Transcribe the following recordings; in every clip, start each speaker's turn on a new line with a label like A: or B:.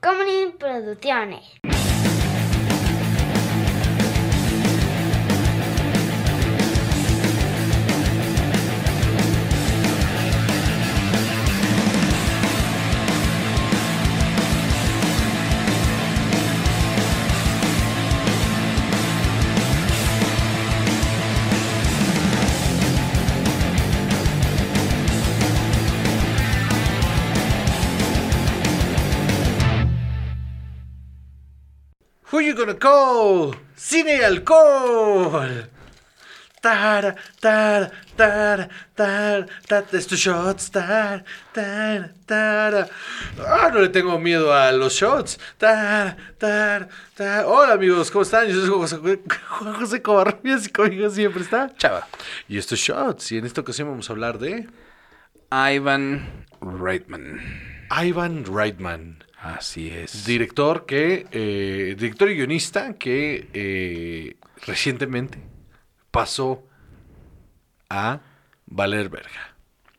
A: Comedy Producciones.
B: Who you gonna call? Cine y alcohol. Tara, tara, tara, tara, tara, es tu shots, tara, tara, tara. Ah, no le tengo miedo a los shots. Tara, tara, tara. Hola amigos, ¿cómo están? Yo soy José, Juan José Covarrubias y conmigo siempre está.
C: Chava.
B: Y estos shots, y en esta ocasión vamos a hablar de
C: Ivan Reitman.
B: Ivan Reitman.
C: Así es.
B: Director que. eh, director y guionista que eh, recientemente pasó a valer verga.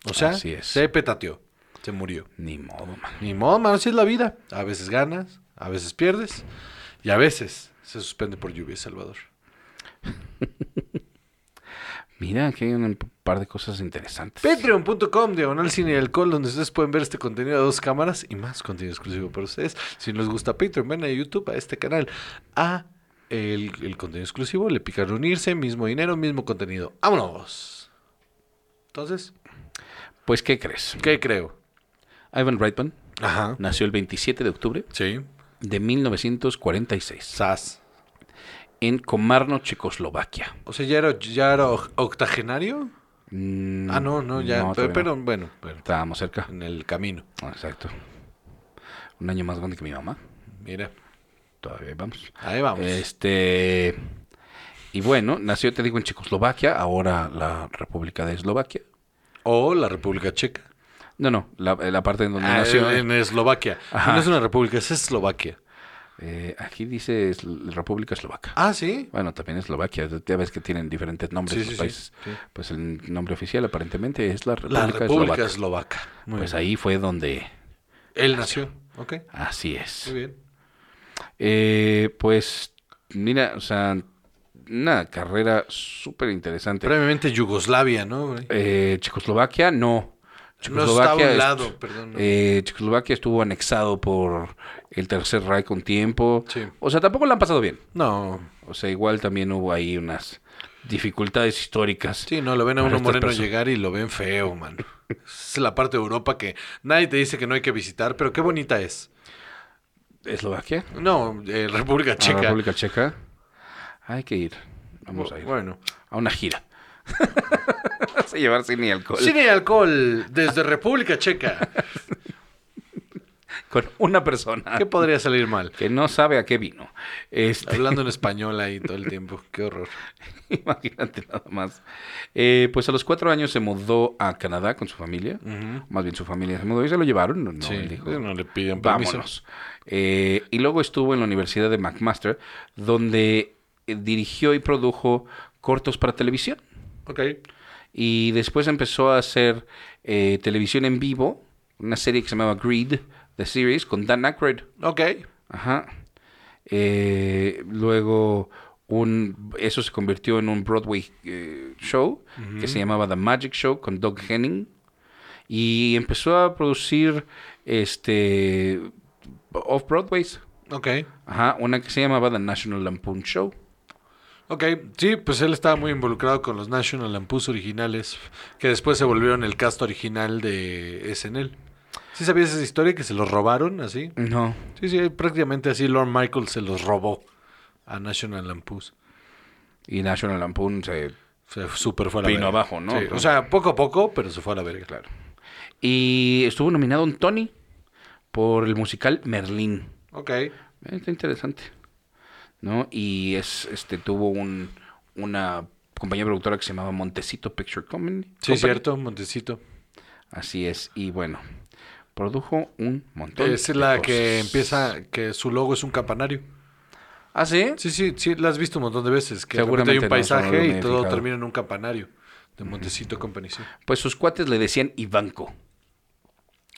B: O sea,
C: Así es.
B: se petateó. Se murió.
C: Ni modo, man.
B: Ni modo, mano, así es la vida. A veces ganas, a veces pierdes. Y a veces se suspende por lluvia, Salvador.
C: Mira, aquí hay un par de cosas interesantes.
B: Patreon.com, diagonal cine y alcohol, donde ustedes pueden ver este contenido a dos cámaras y más contenido exclusivo para ustedes. Si les gusta Patreon, ven a YouTube, a este canal, a el, el contenido exclusivo, le pican unirse, mismo dinero, mismo contenido. ¡Vámonos! Entonces,
C: Pues, ¿qué crees?
B: ¿qué creo?
C: Ivan Reitman
B: Ajá.
C: nació el 27 de octubre
B: Sí.
C: de 1946
B: SAS.
C: en Komarno, Checoslovaquia.
B: O sea, ¿ya era, ya era oc- octogenario?
C: Mm,
B: ah, no, no, ya. pero,
C: todavía
B: pero,
C: no.
B: bueno, pero
C: Estábamos cerca.
B: en el camino.
C: Exacto. Un año más grande que mi mamá.
B: Mira,
C: Todavía ahí vamos.
B: ahí vamos.
C: Este. Y bueno, nació, te digo, en Checoslovaquia, ahora la República de Eslovaquia.
B: O la República Checa.
C: No, no, la, eh, la parte en donde
B: Ah,
C: nació. eh,
B: en, en Eslovaquia.
C: Ajá.
B: No es una república, es Eslovaquia.
C: Eh, aquí dice es- República Eslovaca.
B: Ah, sí.
C: Bueno, también Eslovaquia, ya ves que tienen diferentes nombres
B: Sí,
C: los
B: sí, sí,
C: países.
B: sí.
C: Pues el nombre oficial aparentemente es la República,
B: La República
C: Eslovaca.
B: Eslovaca. Muy
C: Pues
B: bien.
C: ahí fue donde...
B: Él nació. Ok.
C: Así
B: Muy
C: es.
B: bien.
C: Eh, pues mira, o sea, una carrera súper interesante.
B: Previamente Yugoslavia, ¿no? güey?
C: Eh, Checoslovaquia, no.
B: No estaba a un
C: est-
B: lado, perdón. no.
C: eh, Checoslovaquia estuvo anexado por el Tercer Reich un tiempo.
B: Sí.
C: O sea, tampoco la han pasado bien.
B: No.
C: O sea, igual también hubo ahí unas dificultades históricas.
B: Sí, no, lo ven a
C: Para
B: uno
C: estas
B: moreno
C: personas.
B: llegar y lo ven feo, man. Es la parte de Europa que nadie te dice que no hay que visitar, pero qué bonita es.
C: Eslovaquia,
B: No, eh, República
C: a
B: Checa.
C: Ah, República Checa. Hay que ir. Vamos a ir.
B: Bueno.
C: A una gira. Vas a llevar cine y alcohol.
B: Cine y alcohol desde República Checa.
C: Con una persona
B: ¿Qué podría salir mal?
C: que no sabe a qué vino. Este,
B: Hablando en español ahí todo el tiempo. Qué horror.
C: imagínate nada más. Eh, pues a los cuatro años se mudó a Canadá con su familia. Más bien su familia se mudó y se lo llevaron. No, no,
B: sí,
C: él dijo,
B: no le piden permiso.
C: Vámonos. Eh, y luego estuvo en la Universidad de McMaster, donde eh, dirigió y produjo cortos para televisión.
B: Ok.
C: Y después empezó a hacer eh, televisión en vivo, una serie que se llamaba Greed, The Series, con Dan Aykroyd.
B: Ok.
C: Ajá. Eh, luego un, eso se convirtió en un Broadway eh, show que se llamaba The Magic Show con Doug Henning. Y empezó a producir este off-Broadways.
B: Ok.
C: Ajá, una que se llamaba The National Lampoon Show.
B: Ok. Sí, pues él estaba muy involucrado con los National Lampoons originales, que después se volvieron el cast original de SNL. ¿Sí sabías esa historia que se los robaron así?
C: No.
B: Sí, sí, prácticamente así Lord Michael se los robó a National Lampoons.
C: Y National Lampoon se...
B: Se super fue a la
C: Vino
B: verga.
C: abajo, ¿no?
B: Sí, o sea, poco a poco, pero se fue a la verga. Claro.
C: Y estuvo nominado un Tony por el musical Merlín.
B: Ok.
C: Eh, Está interesante. ¿No? Y es, este, tuvo un, una compañía productora que se llamaba Montecito Picture Company.
B: Sí,
C: Company.
B: cierto, Montecito.
C: Así es. Y bueno, produjo un montón.
B: Es la
C: de
B: que
C: cosas.
B: empieza, que su logo es un campanario.
C: ¿Ah, sí?
B: Sí, sí, sí, la has visto un montón de veces. Que de repente hay un
C: Seguramente no,
B: paisaje
C: solo me
B: y
C: he
B: todo
C: fijado.
B: termina en un campanario de Montecito Company. sí.
C: Pues sus cuates le decían Ivanko.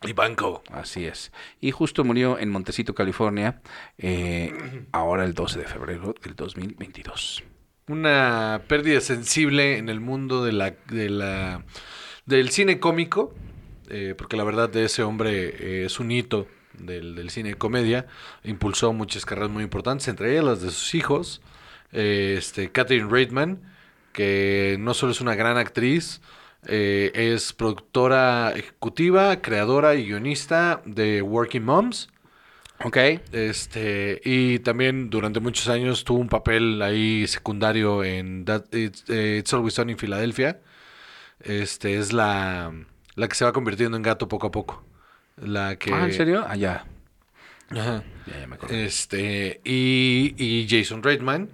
B: Y Banco.
C: Así es. Y justo murió en Montecito, California, eh, ahora el 12 de febrero del 2022.
B: Una pérdida sensible en el mundo de la, de la- del cine cómico, eh, porque la verdad de ese hombre eh, es un hito del, del cine de comedia. Impulsó muchas carreras muy importantes, entre ellas las de sus hijos, eh, este, Catherine Reitman, que no solo es una gran actriz, eh, es productora ejecutiva, creadora y guionista de Working Moms.
C: Ok.
B: Este, y también durante muchos años tuvo un papel ahí secundario en That- It's, eh, It's Always Sunny en Filadelfia. Este, es la, la que se va convirtiendo en gato poco a poco. La que...
C: Ah, ¿en serio? Ah, ya.
B: Ajá.
C: Ya, ya me acordé.
B: Este, y, y Jason Reitman,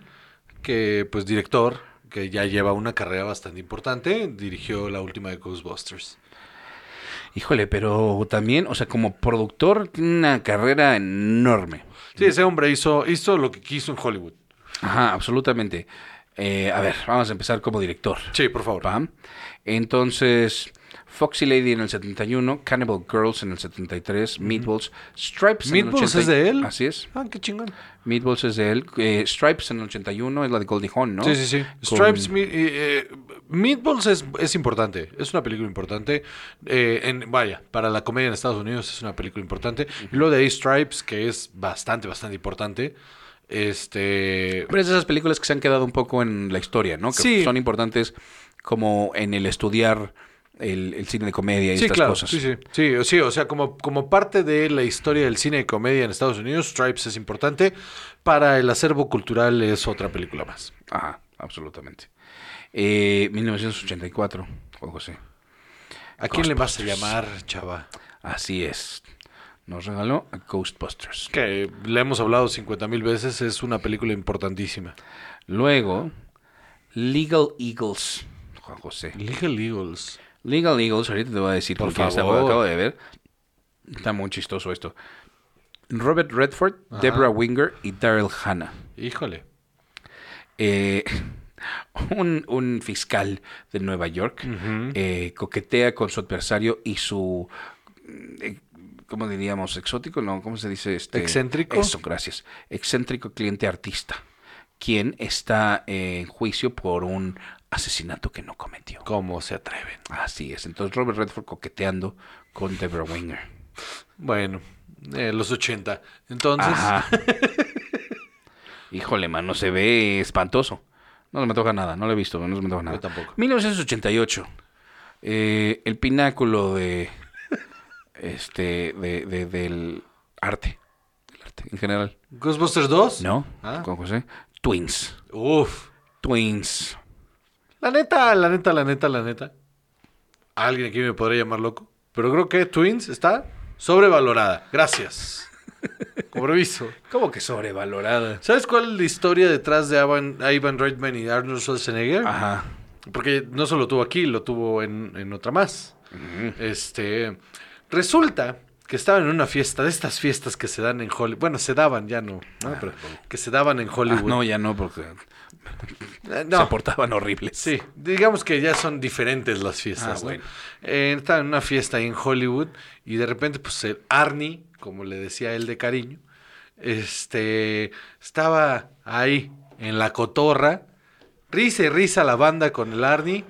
B: que pues director, que ya lleva una carrera bastante importante, dirigió la última de Ghostbusters.
C: Híjole, pero también, o sea, como productor tiene una carrera enorme.
B: Sí, ese hombre hizo, hizo lo que quiso en Hollywood.
C: Ajá, absolutamente. Eh, a ver, vamos a empezar como director.
B: Sí, por favor.
C: ¿va? Entonces, Foxy Lady en el 71, Cannibal Girls en el 73, Meatballs, Stripes pues, en el
B: Meatballs
C: 80
B: es de él.
C: Así es.
B: Ah, qué chingón.
C: Meatballs es de él. eh, Stripes en el 81 es la de Goldie Hawn, ¿no?
B: Sí, sí, sí.
C: Con-
B: Stripes, mi- eh, eh, Meatballs es, es importante. Es una película importante. Eh, en, vaya, para la comedia en Estados Unidos es una película importante. Y luego de ahí Stripes, que es bastante, bastante importante. Este.
C: Pero es de esas películas que se han quedado un poco en la historia, ¿no? Que
B: Sí.
C: son importantes como en el estudiar el, el cine de comedia y
B: Sí,
C: estas
B: claro.
C: cosas.
B: Sí, sí. Sí, o- sí, o sea, como, como parte de la historia del cine de comedia en Estados Unidos, Stripes es importante. Para el acervo cultural es otra película más.
C: Ajá, absolutamente. Eh, 1984, Juan José.
B: ¿A quién le vas a llamar, chava?
C: Así es. Nos regaló a Ghostbusters.
B: Que le hemos hablado 50 mil veces, es una película importantísima.
C: Luego, Legal Eagles, Juan José.
B: Legal Eagles.
C: Legal Eagles, ahorita te voy a decir
B: Por
C: porque esta-
B: favor.
C: acabo de ver. Está muy chistoso esto. Robert Redford, Deborah Winger y Daryl Hannah.
B: Híjole.
C: Eh, un, un fiscal de Nueva York eh, coquetea con su adversario y su. eh, ¿Cómo diríamos? ¿Exótico? No, ¿cómo se dice? Este,
B: ¿Excéntrico?
C: Eso, gracias. Excéntrico cliente artista, quien está eh, en juicio por un asesinato que no cometió.
B: ¿Cómo se atreven?
C: Así es. Entonces, Robert Redford coqueteando con Deborah Winger.
B: Bueno, eh, los 80. Entonces,
C: Ajá. Híjole, mano, se ve espantoso. No se me toca nada, no lo he visto, no se me toca nada.
B: Yo tampoco.
C: 1988. eh, el pináculo de. Este. De, de- del arte. Del arte en general.
B: Ghostbusters 2.
C: ¿No?
B: Ah.
C: Con José. Twins.
B: Uf.
C: Twins.
B: La neta, la neta, la neta, la neta. Alguien aquí me podría llamar loco. Pero creo que Twins está sobrevalorada. Gracias. Compromiso.
C: ¿Cómo que sobrevalorada?
B: ¿Sabes cuál es la historia detrás de Ivan, Ivan Reitman y Arnold Schwarzenegger?
C: Ajá.
B: Porque no solo tuvo aquí, lo tuvo en, en otra más. Este. Resulta que estaban en una fiesta, de estas fiestas que se dan en Hollywood. Bueno, se daban, ya no, ¿no? Pero que se daban en
C: Ah,
B: Hollywood.
C: no, ya no, porque
B: Eh,
C: se
B: no.
C: portaban horribles.
B: Sí, digamos que ya son diferentes las fiestas.
C: Ah,
B: ¿no?
C: bueno.
B: Eh, estaban en una fiesta ahí en Hollywood y de repente, pues el Arnie, como le decía él de cariño, este, estaba ahí en la cotorra, risa y risa la banda con el Arnie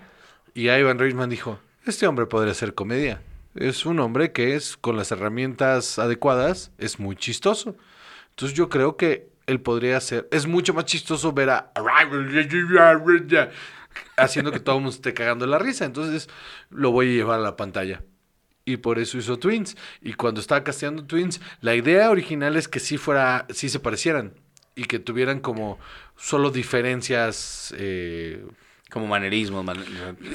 B: y Ivan Reitman dijo, este hombre podría hacer comedia. Es un hombre que es, con las herramientas adecuadas, es muy chistoso. Entonces yo creo que él podría hacer. Es mucho más chistoso ver a haciendo que todo el mundo esté cagando la risa. Entonces lo voy a llevar a la pantalla. Y por eso hizo Twins. Y cuando estaba casteando Twins, la idea original es que sí fuera, sí se parecieran. Y que tuvieran como solo diferencias. eh,
C: Como manerismo. man-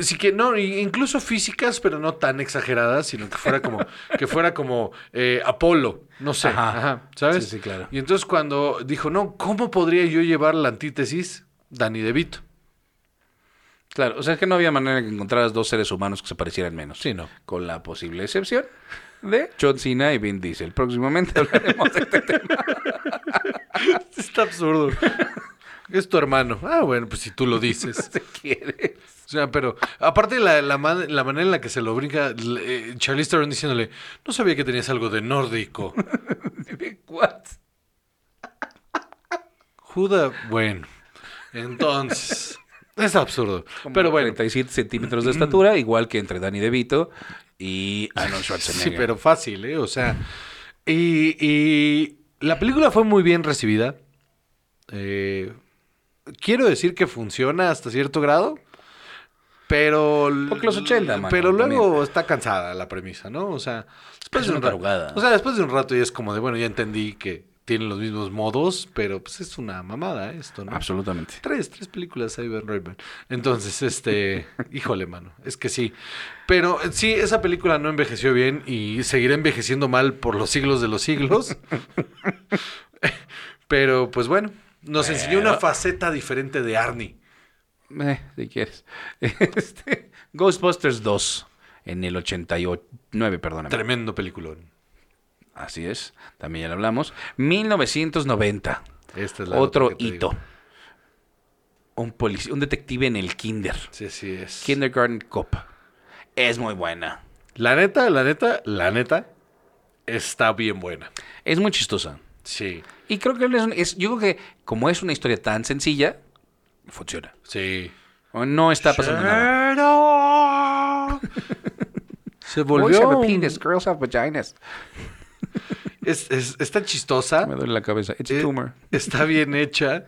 B: Sí que no, i- incluso físicas, pero no tan exageradas, sino que fuera como, que fuera como eh, Apolo, no sé,
C: Ajá.
B: ajá, ¿sabes?
C: Sí, sí, claro.
B: Y entonces cuando dijo, no, ¿cómo podría yo llevar la antítesis? Dani DeVito.
C: Claro, o sea, es que no había manera que encontraras dos seres humanos que se parecieran menos.
B: Sí, no.
C: Con la posible excepción de John Cena y Vin Diesel. Próximamente hablaremos de este tema.
B: Está absurdo. es tu hermano. Ah, bueno, pues si tú lo dices.
C: si quieres.
B: O sea, pero aparte la, la, ma- la manera en la que se lo brinca eh, Charlize Theron diciéndole, no sabía que tenías algo de nórdico.
C: What?
B: Juda, bueno. Entonces, es absurdo. Pero bueno,
C: 37 centímetros de estatura, igual que entre Danny DeVito y Arnold Schwarzenegger.
B: sí, pero fácil, ¿eh? O sea, y, y la película fue muy bien recibida. Eh, quiero decir que funciona hasta cierto grado, pero...
C: Porque los 80, mano,
B: Pero luego
C: también.
B: está cansada la premisa, ¿no? O sea, después de
C: Es una
B: un rato...
C: tarugada.
B: O sea, después de un rato ya es como de, bueno, ya entendí que tienen los mismos modos, pero pues es una mamada esto, ¿no?
C: Absolutamente.
B: Tres, tres películas de Ivan Reitman. Entonces, este, híjole, mano, es que sí. Pero eh, sí, esa película no envejeció bien y seguirá envejeciendo mal por los siglos de los siglos. Pero, pues bueno, nos enseñó una faceta diferente de Arnie.
C: Eh, si quieres. Este, Ghostbusters 2 en el 89, perdóname.
B: Tremendo peliculón.
C: Así es, también ya lo hablamos. 1990.
B: Esta es la
C: Otro
B: otra que te
C: hito.
B: digo.
C: Un, policía, un detective en el kinder.
B: Sí, sí es.
C: Kindergarten Cop. Es muy buena.
B: La neta, la neta, la neta, está bien buena.
C: Es muy chistosa.
B: Sí,
C: Y creo que es, un- es- yo creo que como es una historia tan sencilla, funciona.
B: sí.
C: O No está pasando nada.
B: Pero- Se volvió
C: Boys have a
B: un-
C: penis, girls have vaginas.
B: Es- es- está chistosa.
C: Me duele la cabeza. It's a
B: eh,
C: tumor.
B: está bien hecha.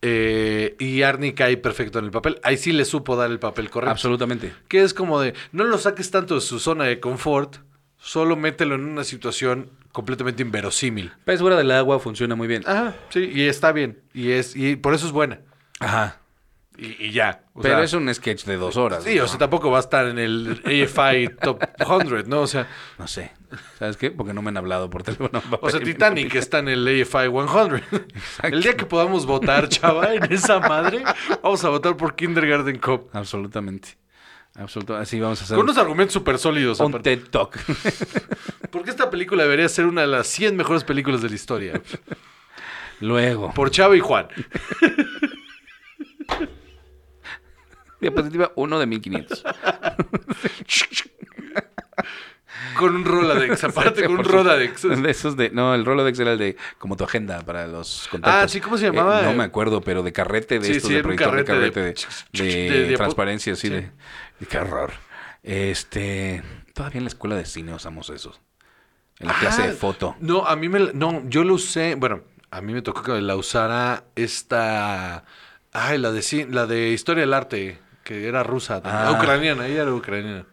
B: eh, y Arnie cae perfecto en el papel. Ahí sí le supo dar el papel correcto.
C: Absolutamente.
B: Que es como de, no lo saques tanto de su zona de confort, solo mételo en una situación completamente inverosímil.
C: Pez fuera del agua funciona muy bien.
B: Ah, sí, y está bien. Y es y por eso es buena.
C: Ajá.
B: Y, y ya. o
C: Pero
B: sea,
C: es un sketch de dos horas.
B: Sí, o
C: ¿no?
B: sea, tampoco va a estar en el AFI Top 100, ¿no? O sea,
C: No sé. ¿Sabes qué? Porque no me han hablado por teléfono.
B: o sea Titanic
C: em,
B: está en el AFI 100. El día que podamos votar, chava, en esa madre, vamos a votar por Kindergarten Cop.
C: Absolutamente. Absolutamente. Así vamos a hacer
B: Con unos argumentos súper sólidos.
C: un
B: aparte.
C: TED Talk.
B: Porque esta película debería ser una de las 100 mejores películas de la historia.
C: Luego.
B: Por Chava y Juan.
C: Diapositiva 1 de 1500.
B: Con un Roladex. Aparte, con un
C: Por supuesto.
B: Roladex.
C: De esos de. No, el Rolodex era el de. Como tu agenda para los contactos. Eh,
B: Ah, sí, ¿cómo se llamaba?
C: no me acuerdo, pero de carrete de
B: Sí,
C: estos
B: sí,
C: de
B: era un
C: proyector, de
B: carrete de-
C: carrete de, de
B: de- de-
C: transparencia, así
B: sí.
C: de. Qué horror. Este. Todavía en la escuela de cine usamos esos. En la clase
B: Ah,
C: de foto.
B: No, a mí me. la- No, yo lo usé. Bueno, a mí me tocó que la usara esta. Ay, la de, ci- la de Historia del Arte. Que era rusa. también.
C: Ah.
B: Ucraniana. Ella era ucraniana.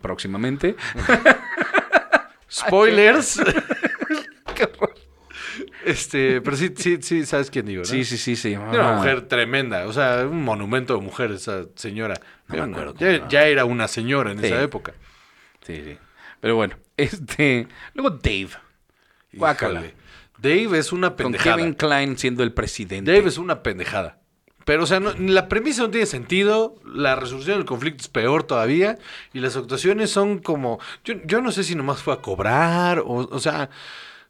C: Próximamente.
B: Spoilers. Este, pero sí, sí, sí, sabes quién digo, ¿no?
C: Sí, sí, sí, se llamaba.
B: Era una mujer tremenda, o sea, un monumento de mujer esa señora.
C: No me
B: Era una-
C: acuerdo cómo se
B: ya,
C: llamaba.
B: ya era una señora en
C: Sí.
B: esa época.
C: Sí, sí. Pero bueno, este. Luego Dave. Guácala.
B: Híjole. Dave es una
C: Con
B: pendejada.
C: Kevin Klein siendo el presidente.
B: Dave es una pendejada. Pero, o sea, no- la premisa no tiene sentido, la resolución del conflicto es peor todavía, y las actuaciones son como... Yo, yo no sé si nomás fue a cobrar, o, o sea,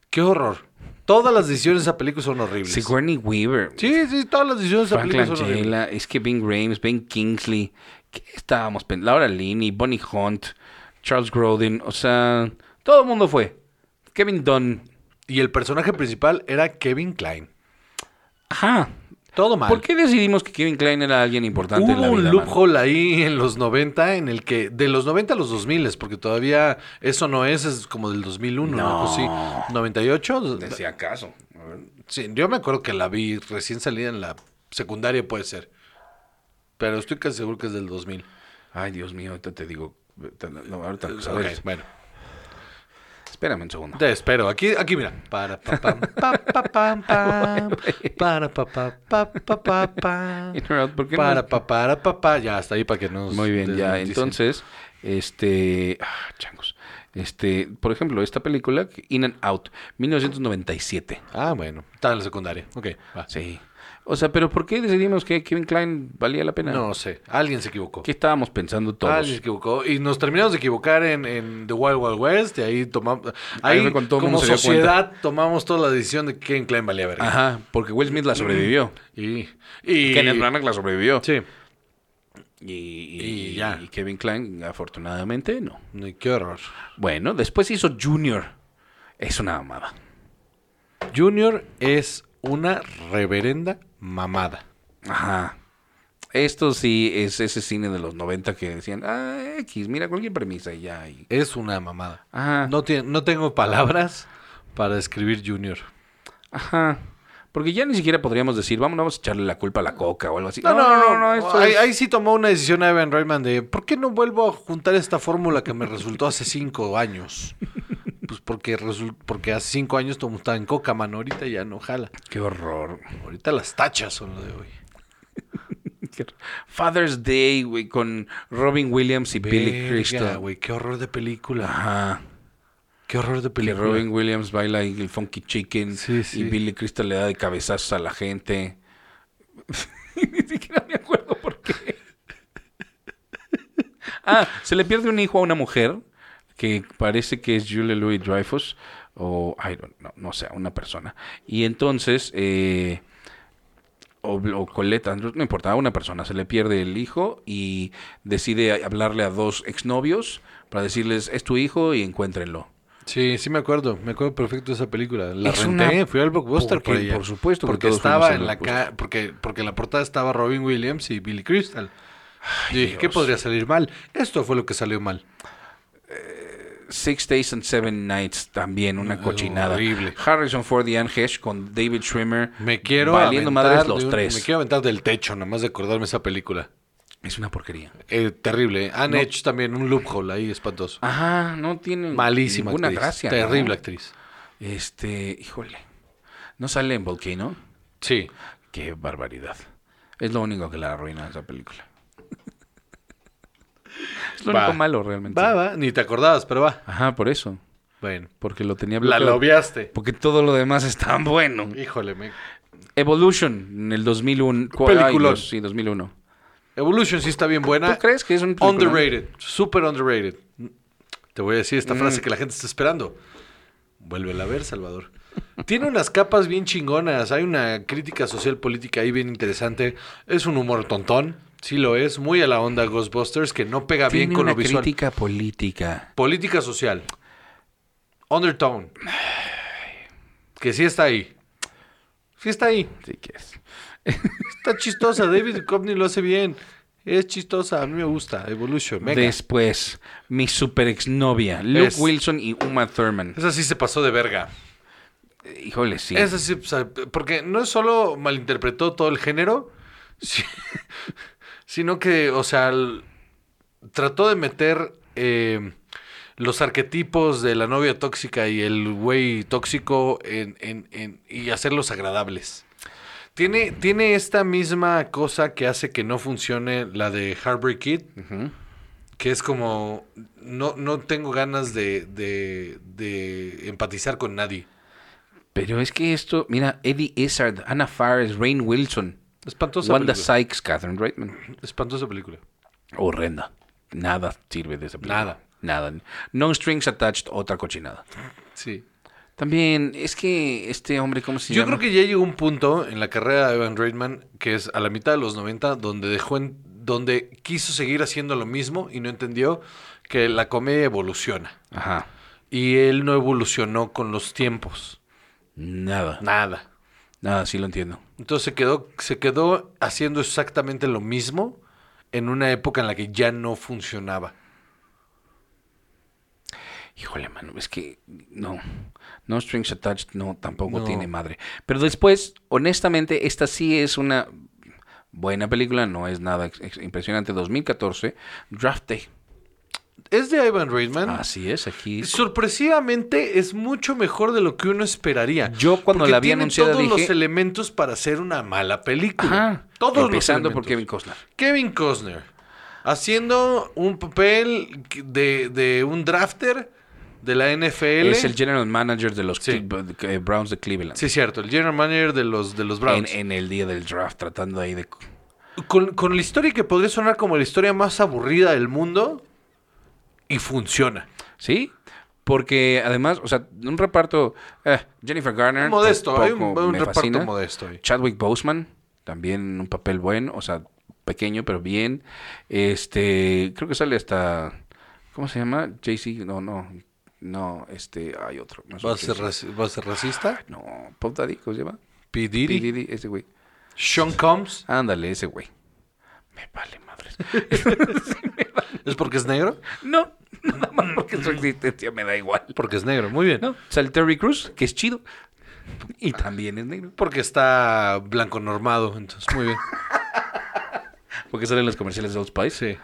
B: qué horror. Todas las decisiones de esa película son horribles. Sí,
C: Sigourney Weaver.
B: sí, todas las decisiones de esa
C: Frank
B: película son horribles.
C: Langella. Es que Ben Grimes, Ben Kingsley. ¿Qué estábamos pen- Laura Linney, Bonnie Hunt, Charles Grodin. O sea, todo el mundo fue. Kevin Dunn.
B: Y el personaje principal era Kevin Klein.
C: Ajá.
B: Todo mal.
C: ¿Por qué decidimos que Kevin Klein era alguien importante en la
B: Hubo
C: vida?
B: un
C: mano?
B: loophole ahí en los 90 en el que, de los 90 a los 2000, porque todavía eso no es, es como del 2001,
C: No.
B: ¿no? Pues Sí, 98.
C: De Si acaso. A ver.
B: Sí, yo me acuerdo que la vi recién salida en la secundaria, puede ser. Pero estoy casi seguro que es del 2000.
C: Ay, Dios mío, ahorita te digo. no, ahorita, a
B: Ok,
C: ver,
B: bueno,
C: espérame un segundo.
B: te espero. Aquí, aquí mira. Para pa pam, pa pa pam, pam. Para pa pa pa pa pa pa.
C: In or out, ¿por qué no
B: Para
C: es-
B: pa para pa pa. Ya, hasta ahí para que nos
C: Muy bien, ya.
B: desmenticen.
C: Entonces, este. ah, changos. Este, por ejemplo, esta película, In and Out, 1997.
B: Ah, bueno. Estaba en la secundaria. Ok, va.
C: Sí. O sea, pero ¿por qué decidimos que Kevin Klein valía la pena?
B: No Ah, sé, alguien se equivocó.
C: ¿Qué estábamos pensando todos?
B: Alguien se equivocó. Y nos terminamos de equivocar en, en The Wild Wild West. Y ahí tomamos.
C: Ahí
B: Ahí,
C: fue cuando todo el
B: como
C: mundo se dio
B: sociedad tomamos toda la decisión de que Kevin Klein valía verga.
C: Ah. Ajá, porque Will Smith la sobrevivió.
B: Mm. Y. y
C: Kenneth Branagh la sobrevivió.
B: Sí.
C: Y, y-
B: Y ya.
C: y Kevin Klein, afortunadamente, no.
B: Ay, Qué horror.
C: Bueno, después hizo Junior. Es una mamada.
B: Junior es una reverenda mamada.
C: Ajá. Esto sí es ese cine de los 90 que decían, ah, X, mira cualquier premisa y ya. y-
B: Es una mamada.
C: Ajá.
B: No, tiene- no tengo palabras para describir Junior.
C: Ajá. Porque ya ni siquiera podríamos decir, vamos, vamos a echarle la culpa a la coca o algo así.
B: No, no, no.
C: esto
B: ahí,
C: es-
B: ahí sí tomó una decisión Evan Rayman de ¿por qué no vuelvo a juntar esta fórmula que me resultó hace cinco años? Pues porque, resul- porque hace cinco años todo estaba en coca, mano. Ahorita ya no jala.
C: Qué horror.
B: Ahorita las tachas son lo de hoy.
C: Father's Day, güey, con Robin Williams y Billy
B: Verga,
C: Crystal.
B: güey. Qué horror de película.
C: Ajá.
B: Qué horror de
C: Que
B: película.
C: Robin Williams baila ahí el Funky Chicken
B: Sí, sí.
C: y Billy Crystal le da de cabezazos a la gente. Ni siquiera me acuerdo por qué. ah, se le pierde un hijo a una mujer que parece que es Julia Louis Dreyfus o I don't know, no sé, a una persona. Y entonces, eh, o, o Colette Andrews, no importa, a una persona se le pierde el hijo y decide hablarle a dos exnovios para decirles, es tu hijo y encuéntrenlo.
B: Sí, sí me acuerdo, me acuerdo perfecto de esa película. La
C: Es
B: renté,
C: una
B: fui al blockbuster
C: porque,
B: por ella.
C: por supuesto que
B: porque
C: todos
B: estaba
C: fuimos
B: en
C: al
B: la ca- porque porque en la portada estaba Robin Williams y Billy Crystal. Yo dije, ¿qué
C: Dios.
B: podría salir mal? Esto fue lo que salió mal.
C: Six Days and Seven Nights también, una
B: No,
C: cochinada.
B: horrible.
C: Harrison Ford y Anne Hesh con David Schwimmer.
B: Me quiero
C: Valiendo
B: aventar
C: madres
B: de
C: los
B: un-
C: tres.
B: Me quiero aventar del techo, nomás de acordarme esa película.
C: Es una porquería.
B: Eh, terrible. ¿eh? Han hecho también un loophole ahí espantoso.
C: Ajá, no tiene
B: Malísima
C: Ah, ninguna
B: actriz.
C: gracia.
B: Terrible
C: ¿no?
B: actriz.
C: Este, híjole. No sale en Volcano.
B: Sí.
C: Qué barbaridad. Es lo único que la arruina esa película. es lo
B: Va.
C: único malo realmente.
B: Va, va, ni te acordabas, pero va.
C: Ajá, por eso.
B: Bueno.
C: Porque lo tenía
B: La
C: bloqueado.
B: lobiaste.
C: Porque todo lo demás es tan bueno.
B: Híjole, me...
C: Evolution en el 2001. Cu- ay,
B: Peliculón.
C: Dios, Sí, 2001.
B: Evolution sí está bien buena.
C: ¿Tú crees que es un peliculón?
B: Underrated, super underrated. Te voy a decir esta
C: Mm.
B: frase que la gente está esperando. Vuélvela a ver, Salvador. Tiene unas capas bien chingonas. Hay una crítica social política ahí bien interesante. Es un humor tontón. Sí lo es. Muy a la onda Ghostbusters, que no pega
C: Tiene
B: bien con
C: una
B: lo visual.
C: crítica política.
B: Política social. Undertone. Que sí está ahí. Sí está ahí.
C: Sí que es.
B: Está chistosa. David Copney lo hace bien. Es chistosa. A mí me gusta. Evolution. Venga.
C: Después, mi super exnovia, Luke
B: Es-
C: Wilson y Uma Thurman.
B: Esa sí se pasó de verga.
C: Eh, Híjole, sí.
B: Esa sí, o sea, porque no solo malinterpretó todo el género, si- sino que, o sea, l- trató de meter eh, los arquetipos de la novia tóxica y el güey tóxico en, en- en- y hacerlos agradables. Tiene, tiene esta misma cosa que hace que no funcione la de Heartbreak Kid,
C: Ujú.
B: que es como, no, no tengo ganas de- de- de empatizar con nadie.
C: Pero es que esto, mira, Eddie Izzard, Anna Faris, Rain Wilson,
B: Espantosa
C: Wanda
B: película.
C: Sykes, Catherine Reitman.
B: Espantosa película.
C: Horrenda. Nada sirve de esa película.
B: Nada.
C: Nada. No strings attached, otra cochinada.
B: Sí.
C: También, es que este hombre, ¿cómo se
B: Yo
C: llama?
B: creo que ya llegó un punto en la carrera de Evan Reitman, que es a la mitad de los 90, donde dejó en, donde quiso seguir haciendo lo mismo y no entendió que la comedia evoluciona.
C: Ajá.
B: Y él no evolucionó con los tiempos.
C: Nada.
B: Nada.
C: Nada, sí lo entiendo.
B: Entonces se quedó, se quedó haciendo exactamente lo mismo en una época en la que ya no funcionaba.
C: Híjole, mano, es que no. No Strings Attached no tampoco
B: No.
C: tiene madre. Pero después, honestamente, esta sí es una buena película, no es nada ex- ex- impresionante. 2014, Draft Day.
B: Es de Ivan Reitman.
C: Así es, aquí.
B: Sorpresivamente es mucho mejor de lo que uno esperaría.
C: Yo cuando
B: Porque
C: la vi
B: tiene
C: anunciada
B: todos los
C: dije-
B: elementos para hacer una mala película.
C: Ajá.
B: Todos
C: Empezando
B: los
C: por Kevin
B: elementos.
C: Costner.
B: Kevin Costner haciendo un papel que- de, de un drafter de la NFL.
C: Es el general manager de los
B: Sí.
C: Cle- eh, Browns de Cleveland.
B: Sí, cierto, el general manager de los de los
C: En,
B: Browns.
C: en el día del draft, tratando ahí de.
B: Con, con la historia que podría sonar como la historia más aburrida del mundo y funciona.
C: Sí, porque además, o sea, un reparto. eh, Jennifer Garner.
B: Modesto, hay un,
C: tampoco
B: un
C: me
B: reparto
C: fascina.
B: modesto ahí.
C: Chadwick Boseman, también un papel bueno, o sea, pequeño, pero bien. Este, creo que sale hasta, ¿cómo se llama? Jay-Z, no, no, no, este, hay otro. no es
B: ¿Va a
C: Jay-Z.
B: ser, raci- va a ser racista?
C: No, Pop Daddy, ¿cómo se llama?
B: P.
C: P.
B: Diddy.
C: Diddy, ese güey.
B: Sean Combs.
C: Ándale, ese güey. Me vale madres.
B: ¿Es porque es negro?
C: No, nada más porque su existencia me da igual.
B: Porque es negro, muy bien.
C: No, sale Terry Cruz, que es chido. Y también es negro.
B: Porque está blanco normado, entonces muy bien.
C: Porque salen los comerciales de Old Spice.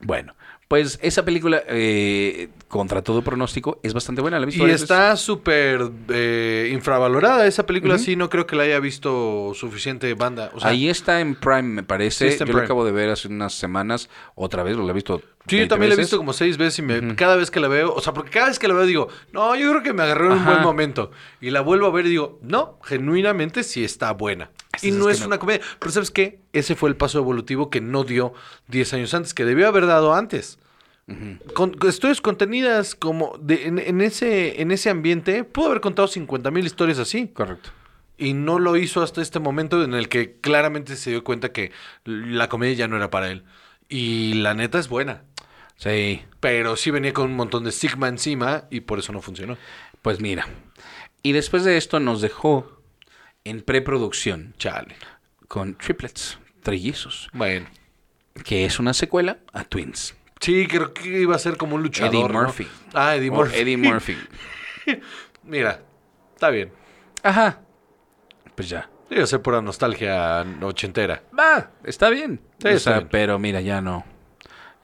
C: Bueno, pues esa película, eh, contra todo pronóstico, es bastante buena. ¿La he visto
B: Y
C: varias veces.
B: está súper eh, infravalorada esa película,
C: Ujú.
B: sí, no creo que la haya visto suficiente banda. O sea,
C: Ahí está en Prime, me
B: Sí,
C: parece.
B: está en
C: Yo la
B: Prime.
C: acabo de ver hace unas semanas otra vez, lo he visto.
B: Sí,
C: 20
B: yo también la he
C: veces.
B: visto como seis veces y me- cada vez que la veo, o sea, porque cada vez que la veo digo, no, yo creo que me agarré en un
C: Ajá.
B: buen momento. Y la vuelvo a ver y digo, no, genuinamente sí está buena.
C: Estas
B: Y
C: Este es
B: no
C: que
B: es
C: no-
B: una comedia. Pero ¿sabes qué? Ese fue el paso evolutivo que no dio 10 años antes, que debió haber dado antes. Con, historias contenidas como de- en, en ese, en ese ambiente, pudo haber contado 50 mil historias así.
C: Correcto.
B: Y no lo hizo hasta este momento en el que claramente se dio cuenta que la comedia ya no era para él. Y la neta es buena.
C: Sí.
B: Pero sí venía con un montón de Sigma encima y por eso no funcionó.
C: Pues mira. Y después de esto nos dejó en preproducción
B: Chale.
C: con Triplets, Trillizos,
B: Bueno.
C: que es una secuela a Twins.
B: Sí, creo que iba a ser como un luchador.
C: Eddie
B: ¿no?
C: Murphy.
B: Ah, Eddie
C: O
B: Murphy.
C: Oh, Eddie Murphy.
B: Mira, está bien.
C: Ajá. Pues ya.
B: Debe ser pura nostalgia ochentera.
C: Va, está bien.
B: Sí,
C: O
B: está
C: sea,
B: bien.
C: pero mira, ya no.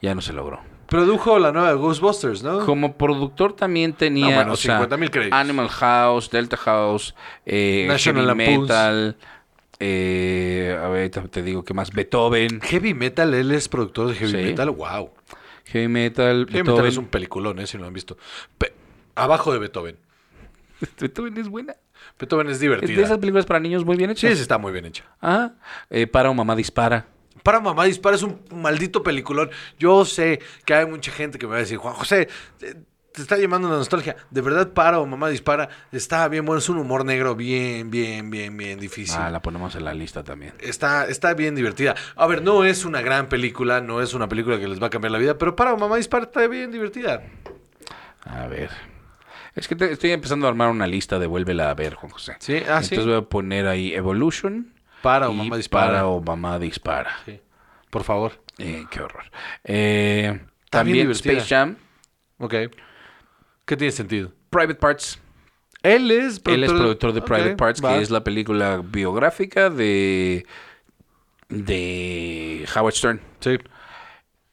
C: Ya no se logró.
B: Produjo la nueva Ghostbusters, ¿no?
C: Como productor también tenía
B: No, bueno,
C: o sea,
B: 50,000 créditos.
C: Animal House, Delta House, eh,
B: National
C: Heavy
B: Lampoon's.
C: Metal, eh, a ver, te- te digo que más, Beethoven,
B: Heavy Metal, él es productor de Heavy
C: Sí.
B: Metal. Wow.
C: Heavy Metal,
B: Heavy
C: Beethoven.
B: Metal es un peliculón, ¿eh? Si no lo han visto. Pe- abajo de Beethoven.
C: Beethoven es buena.
B: Beethoven es
C: Es
B: divertida.
C: de esas películas para niños muy bien
B: Sí,
C: hechas.
B: esa está muy bien hecha.
C: Ah, eh, para o mamá dispara.
B: Para mamá dispara es un maldito peliculón. Yo sé que hay mucha gente que me va a decir, Juan José, te, te está llamando la nostalgia. De verdad, para o mamá dispara está bien bueno. Es un humor negro bien, bien, bien, bien difícil.
C: Ah, la ponemos en la lista también.
B: Está, está bien divertida. A ver, no es una gran película, no es una película que les va a cambiar la vida, pero para o mamá dispara está bien divertida.
C: A ver. Es que te- estoy empezando a armar una lista de vuélvela a ver, Juan José.
B: Sí, ah, sí.
C: Entonces voy a poner ahí Evolution.
B: Para o
C: y
B: mamá dispara.
C: Para o mamá dispara.
B: Sí. Por favor.
C: Eh, qué horror. Eh,
B: Está bien
C: también
B: divertida.
C: Space Jam,
B: Ok. ¿Qué tiene sentido?
C: Private Parts.
B: Él es productor,
C: Él es productor de Private
B: Ok,
C: Parts,
B: va.
C: que es la película biográfica de, de Howard Stern.
B: Sí.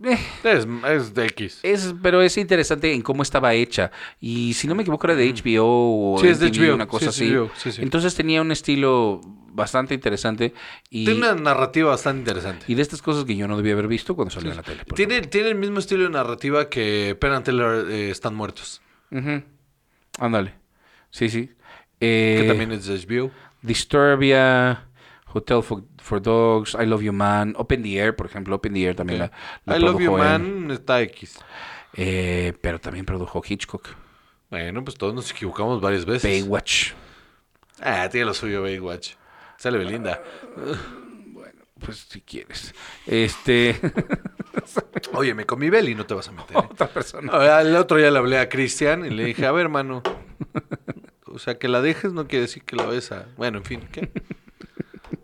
C: Eh,
B: Es, es de X.
C: Es, pero es interesante en cómo estaba hecha. Y si no me equivoco, era de HBO o
B: Mm. Sí, es de
C: MTV,
B: HBO.
C: una cosa
B: Sí,
C: así.
B: es HBO. Sí, sí.
C: Entonces tenía un estilo bastante interesante. Y,
B: Tiene una narrativa bastante interesante.
C: y de estas cosas que yo no debía haber visto cuando salió en la tele. por
B: Tiene, tiene el mismo estilo de narrativa que Penn and Teller eh, Están Muertos,
C: ejemplo. Ujú. Ándale. Sí, sí.
B: que
C: Eh,
B: también es de HBO.
C: Disturbia, Hotel for, for Dogs, I Love You Man, Open the Air, por ejemplo. Open the Air también
B: Ok.
C: la, la
B: I Love You
C: produjo él.
B: Man está X.
C: Eh, pero también produjo Hitchcock.
B: Bueno, pues todos nos equivocamos varias veces.
C: Baywatch.
B: Ah, tiene lo suyo Baywatch. Sale Belinda.
C: Pues si quieres. Este.
B: Oye, me comí Beli, no te vas a meter. ¿eh?
C: otra persona.
B: Ah, El otro día le hablé a Cristian y le dije, a ver, hermano. O sea, que la dejes no quiere decir que la besa. Bueno, en fin, ¿qué?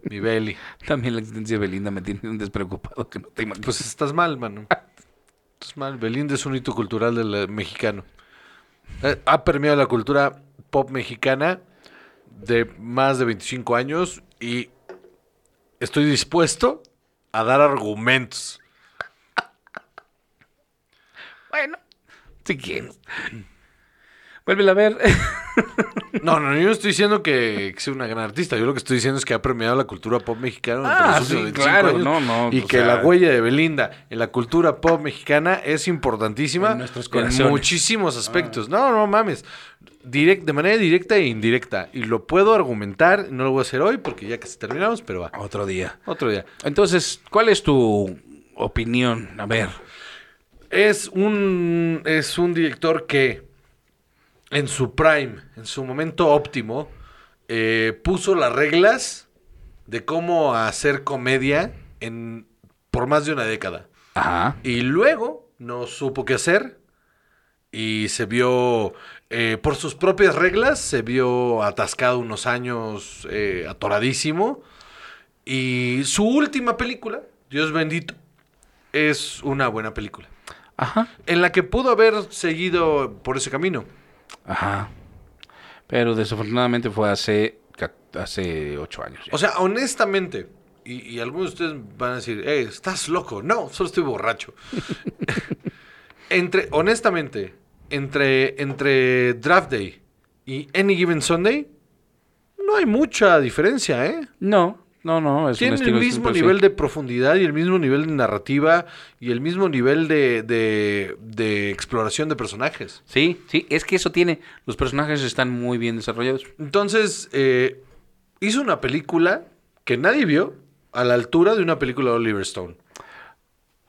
B: Mi Beli.
C: También la existencia de Belinda me tiene un despreocupado que no te imaginas.
B: Pues estás mal, mano. Estás mal. Belinda es un hito cultural del eh, mexicano. Eh, Ha permeado la cultura pop mexicana de más de 25 años y estoy dispuesto a dar argumentos.
C: bueno, si quieres. Vuélvela a ver.
B: No, no, yo no estoy diciendo que que sea una gran artista. Yo lo que estoy diciendo es que ha permeado la cultura pop mexicana durante
C: Ah,
B: los últimos
C: sí,
B: 25
C: claro,
B: años
C: no, no,
B: y
C: o
B: que
C: sea-
B: la huella de Belinda en la cultura pop mexicana es importantísima
C: En nuestros corazones.
B: muchísimos aspectos. No, no mames. Direct, de manera directa e indirecta. Y lo puedo argumentar, no lo voy a hacer hoy porque ya casi terminamos, pero va.
C: Otro día.
B: Otro día.
C: Entonces, ¿cuál es tu opinión? A ver.
B: Es un, es un director que en su prime, en su momento óptimo, eh, puso las reglas de cómo hacer comedia en, por más de una década.
C: Ajá.
B: Y luego no supo qué hacer y se vio, eh, por sus propias reglas, se vio atascado unos años, eh, atoradísimo. Y su última película, Dios bendito, es una buena película.
C: Ajá.
B: En la que pudo haber seguido por ese camino.
C: Ajá. Pero desafortunadamente fue hace, ca- hace ocho años. ya.
B: O sea, honestamente, y, y algunos de ustedes van a decir, "Eh, estás loco. No, solo estoy borracho. entre, honestamente, entre, entre Draft Day y Any Given Sunday, no hay mucha diferencia, ¿eh?
C: no, no, no. Es un
B: Tienen el
C: estilo
B: mismo
C: distinto, sí.
B: nivel de profundidad y el mismo nivel de narrativa y el mismo nivel de, de- de exploración de personajes.
C: Sí, sí, es que eso tiene. Los personajes están muy bien desarrollados.
B: Entonces, eh, hizo una película que nadie vio a la altura de una película de Oliver Stone.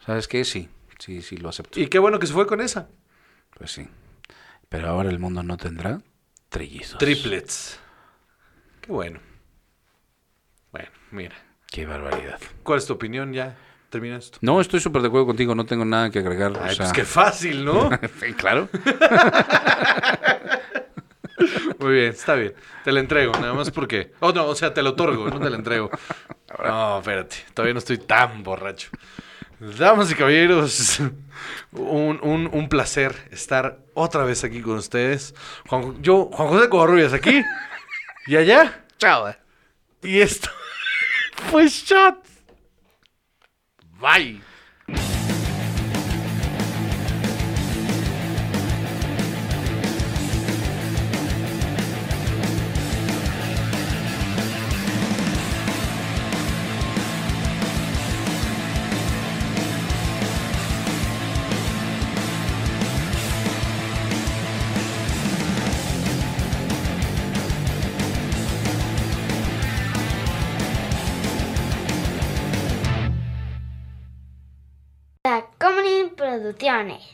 C: ¿Sabes qué? Sí, sí, sí, lo acepto.
B: Y qué bueno que se fue con esa.
C: Pues sí. Pero ahora el mundo no tendrá trillizos.
B: Triplets. Qué bueno. Bueno, mira.
C: Qué barbaridad.
B: ¿Cuál es tu opinión? Ya termina esto.
C: No, estoy súper de acuerdo contigo, no tengo nada que agregar. o
B: Ay,
C: sea-
B: pues qué fácil, ¿no?
C: Sí, claro.
B: Muy bien, está bien. Te la entrego, nada más porque. Oh, no, o sea, te la otorgo, no te la entrego. No, espérate, todavía no estoy tan borracho. Damas y caballeros, un, un- un placer estar otra vez aquí con ustedes. Juan, yo, Juan José Covarrubias, aquí y allá. Chao. Y esto. Pues chat. Bye.
A: Tacomunin Producciones.